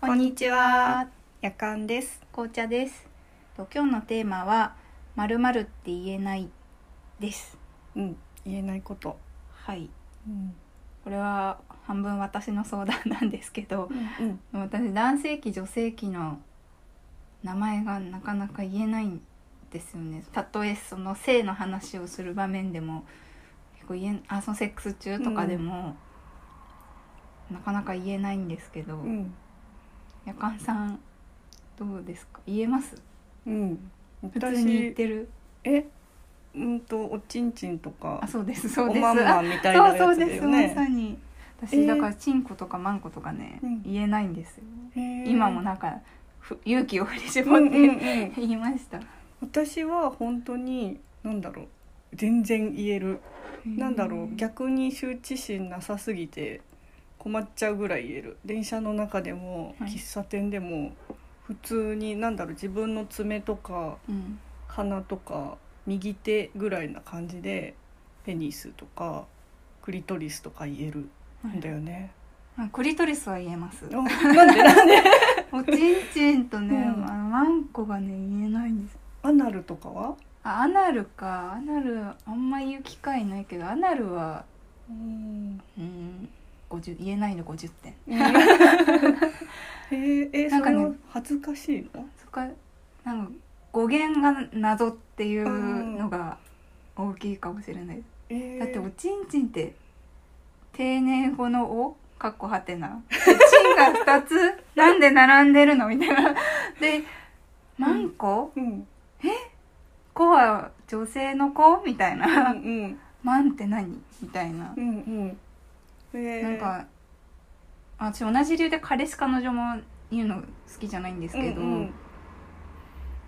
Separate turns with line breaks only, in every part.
こんにちは。夜間です。
紅茶です。と今日のテーマはまるまるって言えないです。
うん、言えないこと。
はい。
うん、
これは半分私の相談なんですけ ど、
うん、
私男性器女性器の名前がなかなか言えないんですよね。たとえその性の話をする場面でも結構言えあそのセックス中とかでも、なかなか言えないんですけど、
うん、
夜間さんどうですか？言えます？
うん。
普通に言っ
私、
てる。
え、うんと、おちんちんと
あ
か、
そうですそう
お
です。
まんまみたい
そう
な
そ
や
う
つだ
です、
よ
まさ
ね。
に私、
えー
だからチンコとかマンコとかね、
うん
言えないんですよ、今
今
もなんかふ勇気を振り絞っ
うん
て、
うんうん、
言いました
私は本当に、なんだろう。全然言える。なんだろう、逆に羞恥心なさすぎて。困っちゃうぐらい言える電車の中でも
はい
喫茶店でも普通になんだろう自分の爪とか
うん
鼻とか右手ぐらいな感じでペニスとかクリトリスとか言えるんだよね。
あクリトリスは言えます
あなんでなんで
おちんちんとね、
うん
あのマンコがね言えないんです
アナルとかは
あアナルかアナルあんま言う機会ないけどアナルは
うん
うん50言えないの50点
え ええ
なん
そ
かね
れは恥ずかしいの
そっかなんか語源が謎っていうのが大きいかもしれないです
えー
だっておちんちんって定年後の「お」かっこはてな「ちん」が2つなんで並んでるのみたいなで「マンコ
うん
子は女性の子?」みたい
うん
な
うん
「マンって何?」みたいな
うんうんえー
なんかあ私同じ理由で彼氏彼女も言うの好きじゃないんですけど、
うんうん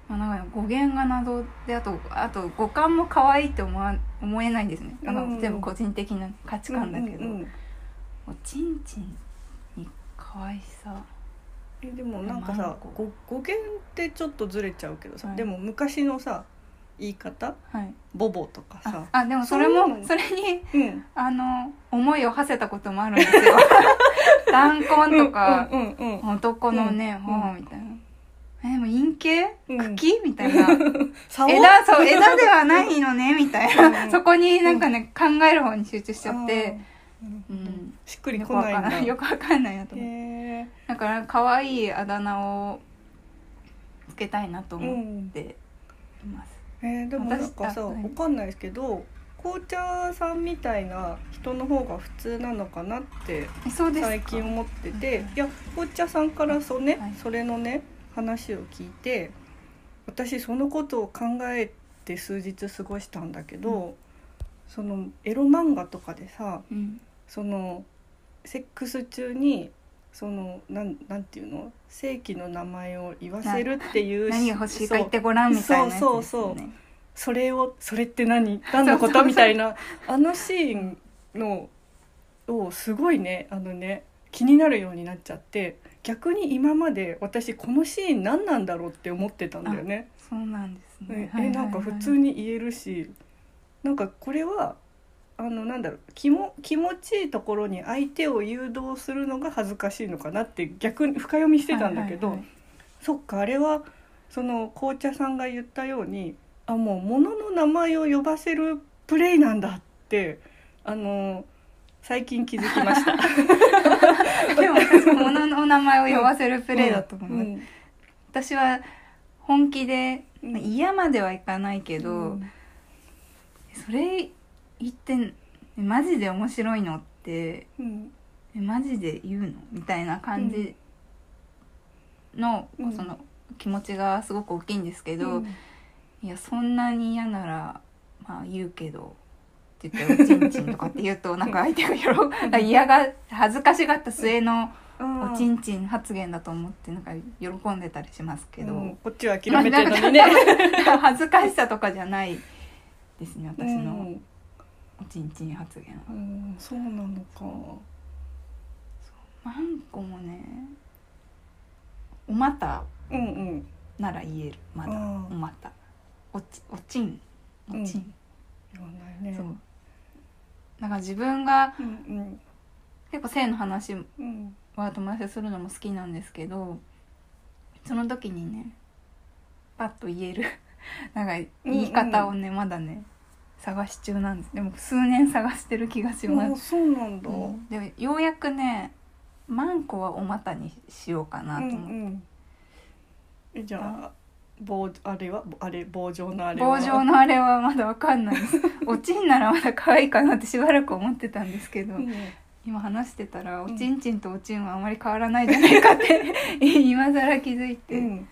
まあ、なんか語源が謎であとあと五感も可愛いって思わ思えないんですねあの、
うん
全部個人的な価値観だけど。
うんうんうん
おちんちんに可愛さ
えでもなんか
マン
さ
コ
語語源ってちょっとずれちゃうけどさ、
はい
でも昔のさ言い方
はい
ボボとか
あ
さ
あでもそれも
そ
そう
なの
れに
うん
あの思いを馳せたこともあるんです よ弾痕とか、
うんうんうんうん
男のね、
うん
ほうみたいなえでも陰茎、
うん
茎みた いな
竿
枝そう枝ではないのねみたいな、
うん
そこになんかね、考える方に集中しちゃって、う
あー、なるほど
ん、
しっくり
よく
こ
わ
ない
か
ん
んな
だ
いよくわかんないなと思って
へ
だから可愛いあだ名をつけたいなと
ーう
思っ
ん、
ています、
えーでもなんかさ
私
わ
はい
かんないですけど紅茶さんみたいな人の方が普通なのかなって
えそうですか
最近思って
う
て
ん
いや紅茶さんからそ,、ね
はい
それのね話を聞いて私そのことを考えて数日過ごしたんだけど、そのエロ漫画とかでさ、
うん
そのセックス中にそのなんなんていうの正規の名前を言わせるっていう
何が欲しいか言ってごらんみたいなやつです、ね、
そうそうそそそれをそれって何何のことみたいなあのシーンのをすごいねあのね気になるようになっちゃって逆に今まで私このシーン何なんだろうって思ってたんだよね。
そうなんですね
ねえなんか普通に言えるしなんかこれはあのなんだろう気も気持ちいいところに相手を誘導するのが恥ずかしいのかなって逆に深読みしてたんだけど、
はいはい
そっかあれはその紅茶さんが言ったようにあもう物の名前を呼ばせるプレイなんだってあの最近気づきました。
はい でも私物の名前を呼ばせるプレイだと思います、
うん
私は本気で、
うん
まあ嫌まではいかないけど、
うん
それ言ってマジで面白いのって
うん
えマジで言うのみたいな感じの、
うん
その気持ちがすごく大きいんですけど、いやそんなに嫌ならまあ言うけど」って言って「おちんちん」とかって言うとなんか相手が喜ぶ嫌が恥ずかしがった末の「
うん
おちんちん」発言だと思ってなんか喜んでたりしますけど、
うんこっちは諦めてるのにね。
恥ずかしさとかじゃないですね私
う
の
ん
「おちんちん」発言は。
うん、そうなのか。
マンコもね「おまた」
うんうん。
なら言えるまだ
うん
おまたおちおちんおちん、
言わないね。
そうだから自分が
うん
結構性の話
うんうん
は友達とするのも好きなんですけどその時にねパッと言える なんか言い方をね、まだね探し中なんですでも数年探してる気がします
あそうなんだ、
うんでもようやくねマンコはお股にしようかなと
う
思
ん
っ
う
て、
んえじゃあ棒あれはあれ棒状のあれは
棒状のあれはまだわかんない ですおちんならまだ可愛いかなってしばらく思ってたんですけど、
うん
今話してたらお
ん
ちんちんとおちんはあまり変わらないじゃないかって 今更気づいて、
うん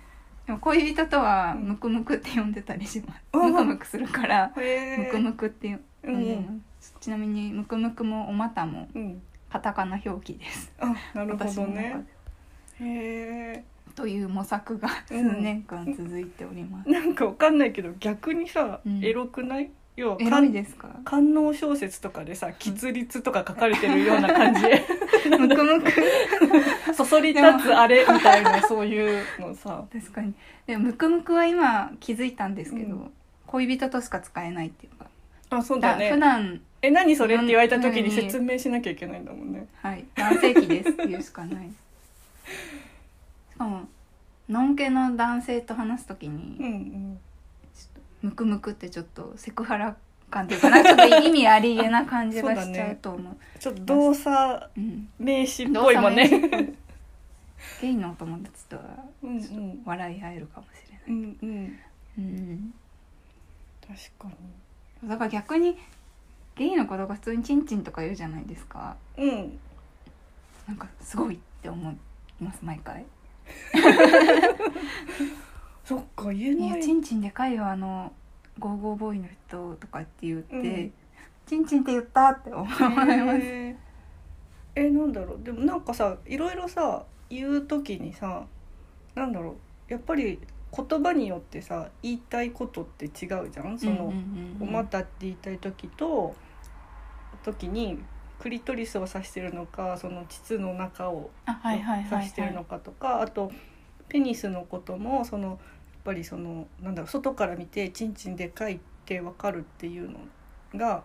でも恋人とは
うん
ムクムクって呼んでたりします、
うん
ムクムクするから
へえ
ムクムクって呼んでます
う、
ちなみにムクムクもお股も
うん
カタカナ表記です
あなるほ
私の
ど
中で
ねへえ
という模索が数
うん
年間続いております、
なんかわかんないけど逆にさ、
うん
エロくない要は
エロいですか
官能小説とかでさ「喫立」とか書かれてるような感じ
ムクムク
そそり立つあれみたいなそういうのさ
確かにでもムクムクは今気づいたんですけど、
うん
恋人としか使えないっていうか
あそう
だ
だ
普
ね
段
「え何それ?」って言われた時に
うん
説明しなきゃいけないんだもんね
はい男性器ですっていうしか ないしかもノンケの男性と話すときに、
うんうん
ムクムクってちょっとセクハラ感というかなんかちょっと意味ありげな感じがしちゃうと思う
ちょっと動作
う、
名詞っ
ん、
ぽいもん
動
ね
作もねゲイのお友達とは
うんう
ちょっと
ん
笑い合えるかもしれない、
うんうん
うん
確か
だから逆にゲイの子とか普通にチンチンとか言うじゃないですか
にうん
なんかすごいって思います毎回
そっか言
「
え
い
な
や
い
チンチンでかいよあのゴーゴーボーイの人」とかって言って「
うん
チンチンって言った」って思います、
へーえなんだろうでもなんかさいろいろさ言う時にさなんだろうやっぱり言葉によってさ言いたいことって違うじゃんその、
うんうんうん
おまたって言いたい時と時にクリトリスを指してるのかその膣の中を
あはいはいはい、は
指
い、
してるのかとかあとペニスのこともそのやっぱりそのなんだろう外から見てチンチンでかいって分かるっていうのが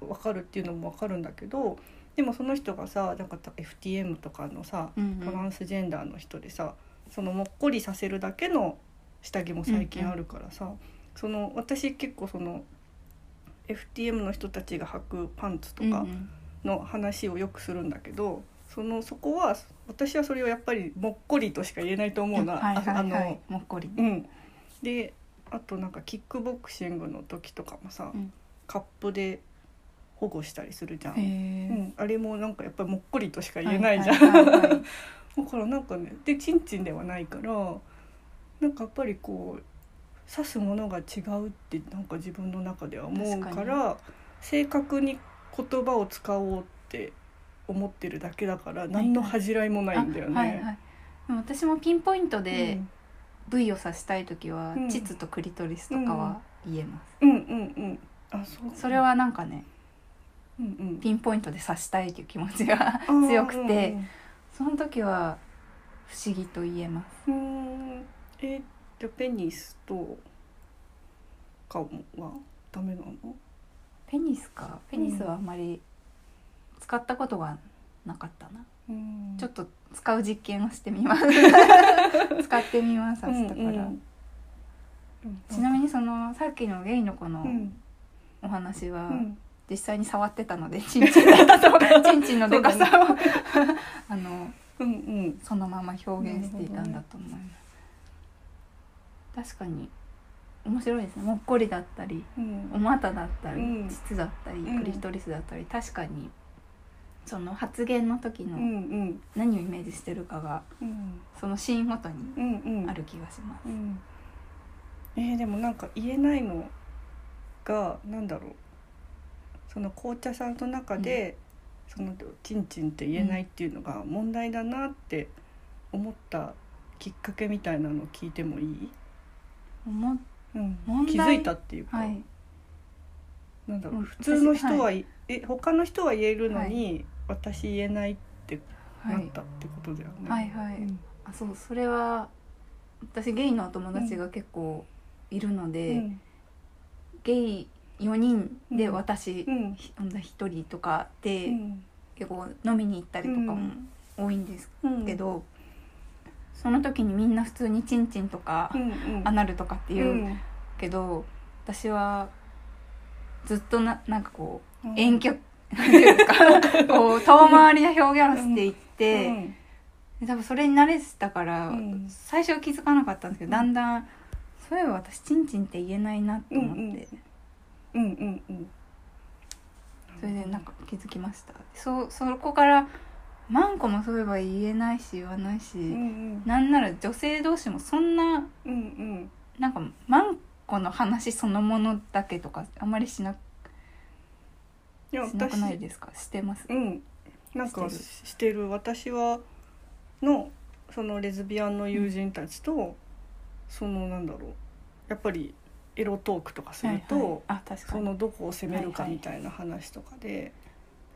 分かるっていうのも分かるんだけどでもその人がさなんか FTM とかのさ
うんうん
トランスジェンダーの人でさそのもっこりさせるだけの下着も最近あるからさ、その私結構その FTM の人たちが履くパンツとか
うんうん
の話をよくするんだけどそのそこは私はそれをやっぱりもっこりとしか言えないと思うな。
はいはいはい
ああの
もっこり
う
ね、
ん、であとなんかキックボクシングの時とかもさ、
うん
カップで保護したりするじゃん。う
へ
ん、あれもなんかやっぱりもっこりとしか
え
言えないじゃん。
はいはいはいはい
だからなんかねでチンチンではないからなんかやっぱりこう刺すものが違うってなんか自分の中では思うか
確
ら
か
正確に言葉を使おうって思ってるだけだから何の恥じらいもないんだよね。
あはいはいでも私もピンポイントで
うん
V を指したい時は、
うん
膣とクリトリスとかは言えます、
うんうんうんあそう
それ、はなんかね
うんうん、
ピンポイントで刺したいという気持ちが
あー
強くて、その時は不思議と言えます
うんうんうーんえじゃあペニスとかもはダメなの
ペニスかペニスはあんまり使ったことがなかったな、
うん
ちょっと使う実験をしてみ ます使ってみます明日から、
うんうん
ちなみにそのさっきのゲイの子の
うん
お話は、
うん
実際に触ってたのでチンチンだった とチンチンのでかさを、 あの
うんうん
そのまま表現していたんだと思います、確かに面白いですねもっこりだったり
うん
お股だったり
うん
膣だったり
うん
クリトリスだったり、確かにその発言の時
う
の
ん
何をイメージしてるかが
うんうん
そのシーンごとに
うんうん
ある気がします、
うんえーでもなんか言えないのがなんだろうその紅茶さんの中で、そのチンチンって言えないっていうのが問題だなって思ったきっかけみたいなの聞いてもいい、
思っ
うん
問、題
気づいたっていうか、
はい
なんだろ
う
うん普通の人は、
は
え他の人は言えるのに、私言えないって
は
ないったってことだよね。
はいはい
うん
あそうそれは私ゲイのお友達が結構いるので、
うん
ゲイ4人で
うん
私、
うん
ひ女1人とかで、
うん
結構飲みに行ったりとか
う
も
ん
多いんです
うん
けど、その時にみんな普通にチンチンとか、
うんうん
アナルとかって
う
言うんけど、私はずっとななんかこう
うん
遠距 離っていうか こう遠回りな表現をしていって、
うん
で多分それに慣れてたから、
うん
最初は気づかなかったんですけどだんだんそういえば私チンチンって言えないなと思って、
うんうんうんうんうん
それでなんか気づきましたそうそこからマンコもそういえば言えないし言わないし、
うんうん
なんなら女性同士もそんな
うんうん
なんかマンコの話そのものだけとかあんまりしなし
いや
なくない
私
ですかしてます
うんなんか
してる
してる私はのそのレズビアンの友人たちとそのなんだろうやっぱりエロトークとかすると、
はいはいあ確か
そ
に
のどこを攻めるか
はいはい
みたいな話とかで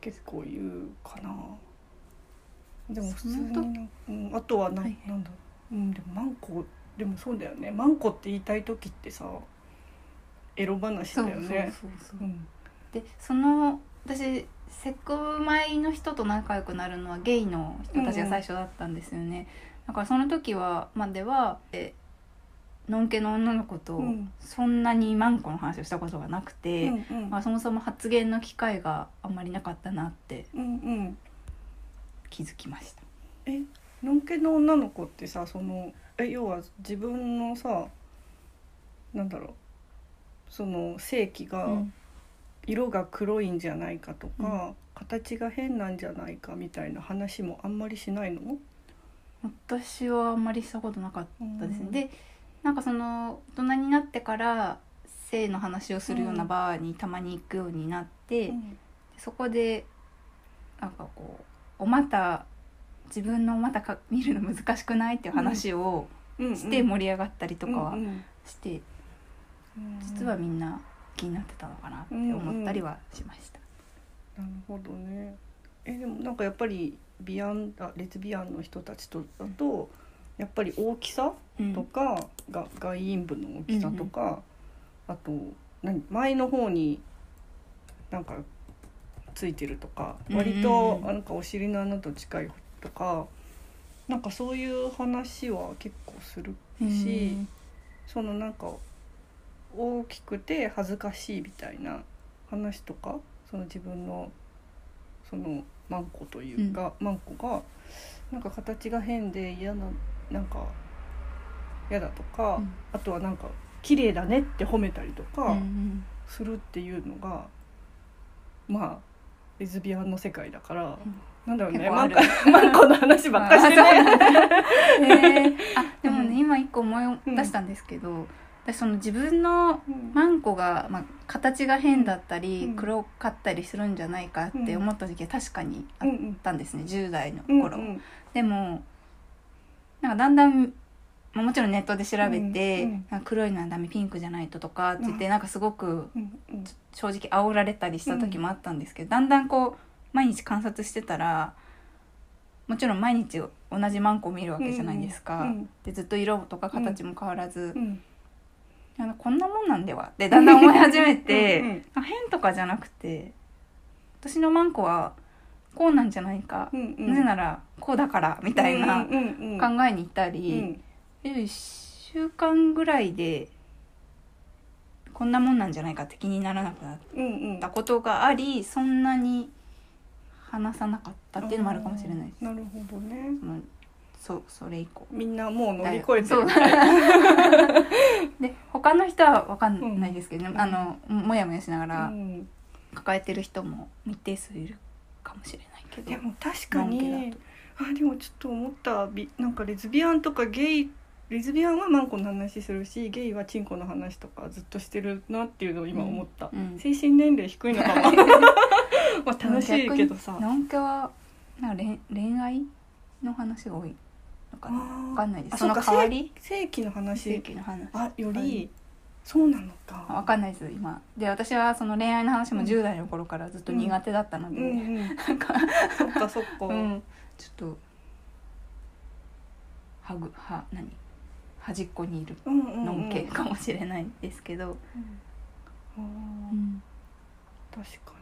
結構言うかな、でも普通に
その
な、うん、あとはな,、
はい
なんだろう、うん、でもマンコでもそうだよねマンコって言いたい時ってさエロ話だ
そう
よね
そうそうそううんでその私セクマイの人と仲良くなるのはゲイの人たちが最初だったんですよね、だからその時はまではえのんけの女の子と
うん
そんなにマンコの話をしたことがなく
う
て、
んうん
まあ、そもそも発言の機会があんまりなかったなって
うんうん
気づきました
えのんけの女の子ってさそのえ要は自分のさなんだろうその性器が、
うん
色が黒いんじゃないかとか、
う
形が変なんじゃないかみたいな話もあんまりしないの、
私はあんまりしたことなかったですね、
うん
でなんかその大人になってから性の話をするようなバーにたまに行くようになって、そこでなんかこうお股自分のお股か見るの難しくないっていう話を
うん
して盛り上がったりとかは
うんうん
して、実はみんな気になってたのかなって思ったりはしました。
なるほどねえでもなんかやっぱりビアンあレズビアンの人たちとだとやっぱり大きさ
うん
とか、が外陰部の大きさとか、あと何前の方になんかついてるとか
うんうんうん
割となんかお尻の穴と近いとかなんかそういう話は結構する
う
し
ん
そのなんか大きくて恥ずかしいみたいな話とかその自分のそのマンコというか、マンコがなんか形が変で嫌ななんか嫌だとか、
うん
あとはなんか綺麗だねって褒めたりと
う
か
ん
するっていうのが、まあレズビアンの世界だから、
うん
なんだろうね
結構
マ
あ
ン
る
コマンコの話ばっかりしてね。
うんへーあでもね、
うん
今一個思い出したんですけど、私その自分の
うん
マンコが、まあ、形が変だったり、
うん
黒かったりするんじゃないかって思った時は確かにあ
う
っ
んうん
たんですね、10代の
うん
頃、でもなんかだんだんまあもちろんネットで調べて、
うんうん
なんか黒いのはダメピンクじゃないととかって言って、なんかすごく
うんうん
正直煽られたりした時もあったんですけど、だんだんこう毎日観察してたらもちろん毎日同じマンコを見るわけじゃないですか、
うん
でずっと色とか形も変わらず
う、ん
あのこんなもんなんではってだんだん思い始めて
うんうん
あ変とかじゃなくて私のマンコはこうなんじゃないか、
うんうん
なぜならこうだからみ
み
たいな
うんうんうん、
考えに至り、1週間ぐらいでこんなもんなんじゃないかって気にならなくなっ
うんうん
たことがありそんなに話さなかったっていうのもあるかもしれないです。
なるほどね
そのそそれ以降
みんなもう乗り越えて
そう
る
で他の人は分かんないですけど、ね
うん
あのもやもやしなが
う
ら
ん、
抱えてる人も一定数いるかもしれないけど
でも確か
マンケ
に
だと
あでもちょっと思ったびなんかレズビアンとかゲイレズビアンはマンコの話するしゲイはチンコの話とかずっとしてるなっていうのを今思った、
うん
精神年齢低いのか もまあ楽しいけどさ
逆にのんけはなんか恋恋愛の話が多いのかな
あー
分かんないです
あ
そ
そう
の
か
代わり
正規の
正
話
規の話
あより、
はい
そうなの
わ
か
かんないです今で私はその恋愛の話も
うん
10代の頃からずっと苦手だったの
う
で、
んうん
なんか、
そっかそっか、
うん、ちょっとはぐは何端っこにいる
うんうんうん
のんけかもしれないですけど、
うんあー
うん
確か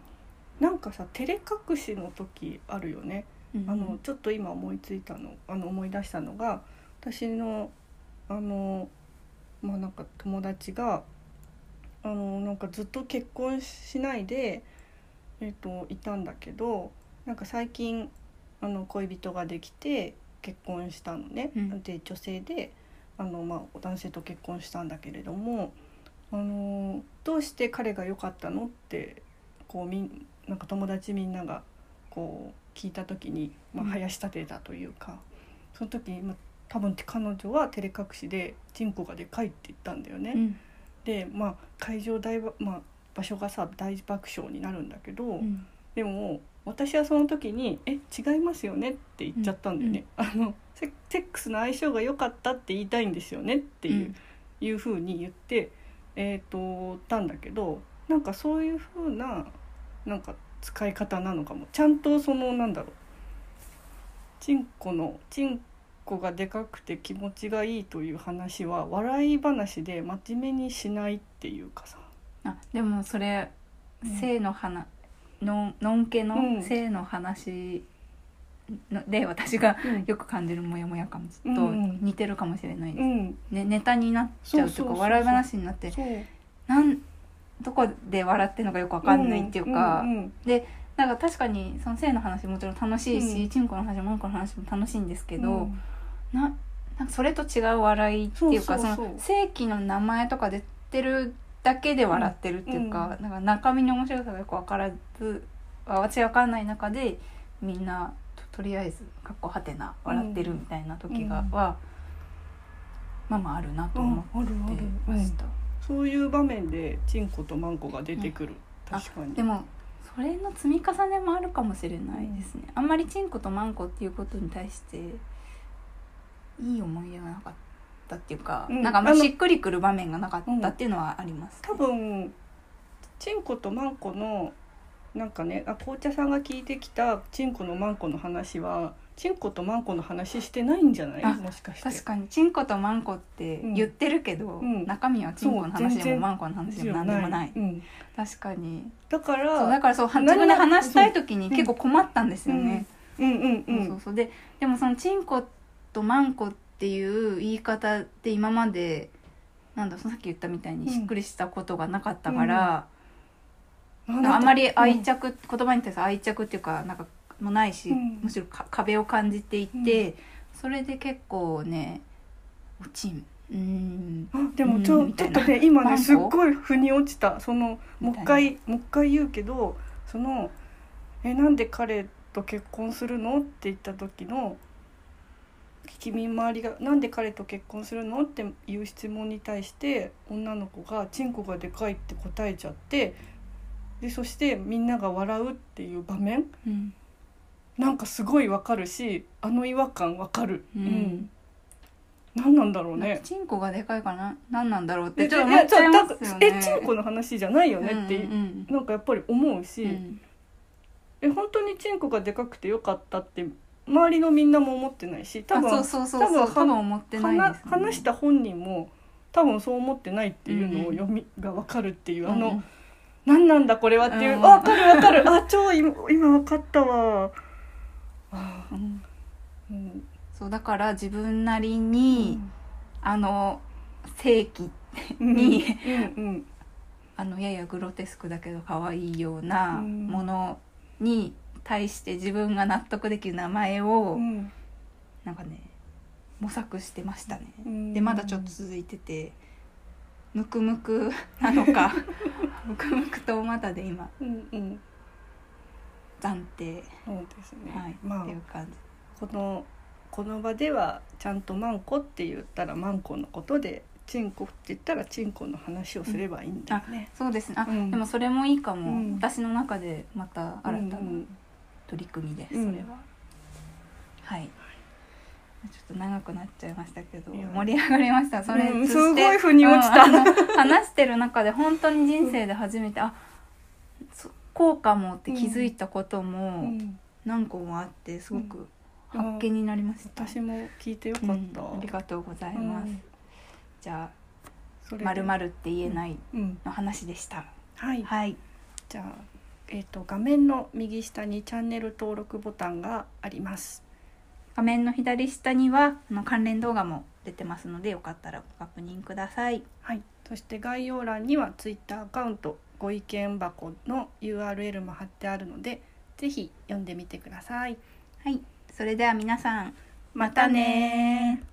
になんかさ照れ隠しの時あるよね
うん
あのちょっと今思いついたのあの思い出したのが私のあのまあなんか友達があのなんかずっと結婚しないで、えっといたんだけどなんか最近あの恋人ができて結婚したのね。
うん
で女性であの、まあ、男性と結婚したんだけれどもあのどうして彼が良かったのってこうみんなんか友達みんながこう聞いた時に、まあ、
うん
林立てたというか、その時に、まあ、多分彼女は照れ隠しでチンコがでかいって言ったんだよね。
うん
で、まあ、会場大ば、まあ、場所がさ大爆笑になるんだけど、
うん
でも私はその時に「え違いますよね」って言っちゃったんだよね。あのセセックスの相性が良かったって言いたいんですよねっていう,、いうふうに言ってえっ、とたんだけどなんかそういうふうななんか使い方なのかもちゃんとそのなんだろうチンコのチンコがでかくて気持ちがいいという話は笑い話で真面目にしないっていうかさ。
あでもそれ
うん
性の話のんのんけ
うん
の性の話ので私がよく感じるモヤモヤ感と
うんうん
似てるかもしれないです、
うん、
ね、ネタになっちゃうと
そうそう
いう
そう
か
そう
笑い話になって
そう
なんどこで笑ってんのかよくわかんないっていうか、
んんん
なんか確かにその性の話もちろん楽しいし、
うん
チンコの話も文句の話も楽しいんですけど、
うん
ななんかそれと違う笑いっていうか
そ
そう
そうそう
の正規の名前とか出てるだけで笑ってるっていうか,、なんか中身の面白さがよく分からずあ私分かんない中でみんなととりあえずかっこはてな笑ってるみたいな時が、
うん
はまあまああるなと思
あるあ
って
る、
ました。
そういう場面でチンコとマンコが出てくる、
うん
確かに
でもそれの積み重ねもあるかもしれないですね、あんまりチンコとマンコっていうことに対していい思い出がなかったっていうか、
うん
なんかあんまり
あの
しっくりくる場面がなかったっていうのはあります、
多分チンコとマンコのなんかねあ紅茶さんが聞いてきたチンコのマンコの話はチンコとマンコの話してないんじゃない
あ
もしかして
確かにチンコとマンコって言ってるけど、
うん
中身はチンコの
そう
話でも
全然
マンコの話でも何でもない
うん、
確かに
だか
そうだ
ら
からそうは
何
自
々
分で話したい時に
そう
結構困ったんですよね、
うんうんう
そうんそうそうででもそのチンコとマンコっていう言い方って今までなんださっき言ったみたいにしっくりしたことがなかったから、なんかあんまり愛着、言葉に対する愛着っていうかなんかもないし、
うん
むしろか壁を感じていて、それで結構ねおちんうん
あでもちょ,、
うん
ちょっとね今
マン
ね
コ
すっごい腑に落ちたその
み
もう
たいな
一回もう一回言うけどその「えなんで彼と結婚するの?」って言った時の君周りが「なんで彼と結婚するの?」っていう質問に対して女の子が「チンコがでかい」って答えちゃってでそしてみんなが笑うっていう場面
うん
なんかすごいわかるしあの違和感わかる、
う
うん
ん
何なんだろう
なん
ね
か。チンコがでかいかな何なんだろうって
え
ちょっと思っちゃいますよね。
えチンコの話じゃないよねって、
うんうん
なんかやっぱり思うし、
うんうん
え本当にチンコがでかくてよかったって周りのみんなも思ってないし多分
あそうそうそうそう多
多分
分
は
思ってない
話
です、ね、
話した本人も多分そう思ってないっていうの
うん
を
うん
読み、が分かるっていうあ
うんう
の
ん
「何なんだこれは」ってい
う
う「
ん
わ、かるわかるあ超今今分かったわ」あ
うん
ーうん
そうだから自分なりに、あの正規
うん
に
うんうん
あのややグロテスクだけど可愛いような
うん
ものに対して自分が納得できる名前を、
うん
なんかね模索してましたね、
うん
でまだちょっと続いててムクムクなの かムクムクとまだで今
うんうん
暫定、
そうですね、
はい
まあ
っていう感じ
このこの場ではちゃんとマンコって言ったらマンコのことでチンコって言ったらチンコの話をすればいいんだよね。
そうですねあ、
うん
でもそれもいいかも、
うん
私の中でまた新たな
うん
取り組みです、
うん
それははいちょっと長くなっちゃいましたけど
いや
盛り上がりましたそれ、
うん
そ
す
し
ご
て
い腑に落ちた
うんあの 話してる中で本当に人生で初めて、あそ効果もって気づいたこと
う
も
ん
何個もあってすごく
うん
発見になりました、
私も聞いてよかっ
うん
た。
ありがとうございます、
うん
じゃ
そ
あ「
れで
まるって言えない
うん
の話でした
はい。
はい
じゃあえー、と画面の右下にチャンネル登録ボタンがあります。
画面の左下にはあの関連動画も出てますのでよかったらご確認ください
はい、そして概要欄には Twitter アカウント「ご意見箱」の URL も貼ってあるのでぜひ読んでみてください。
はいそれでは皆さん
またねー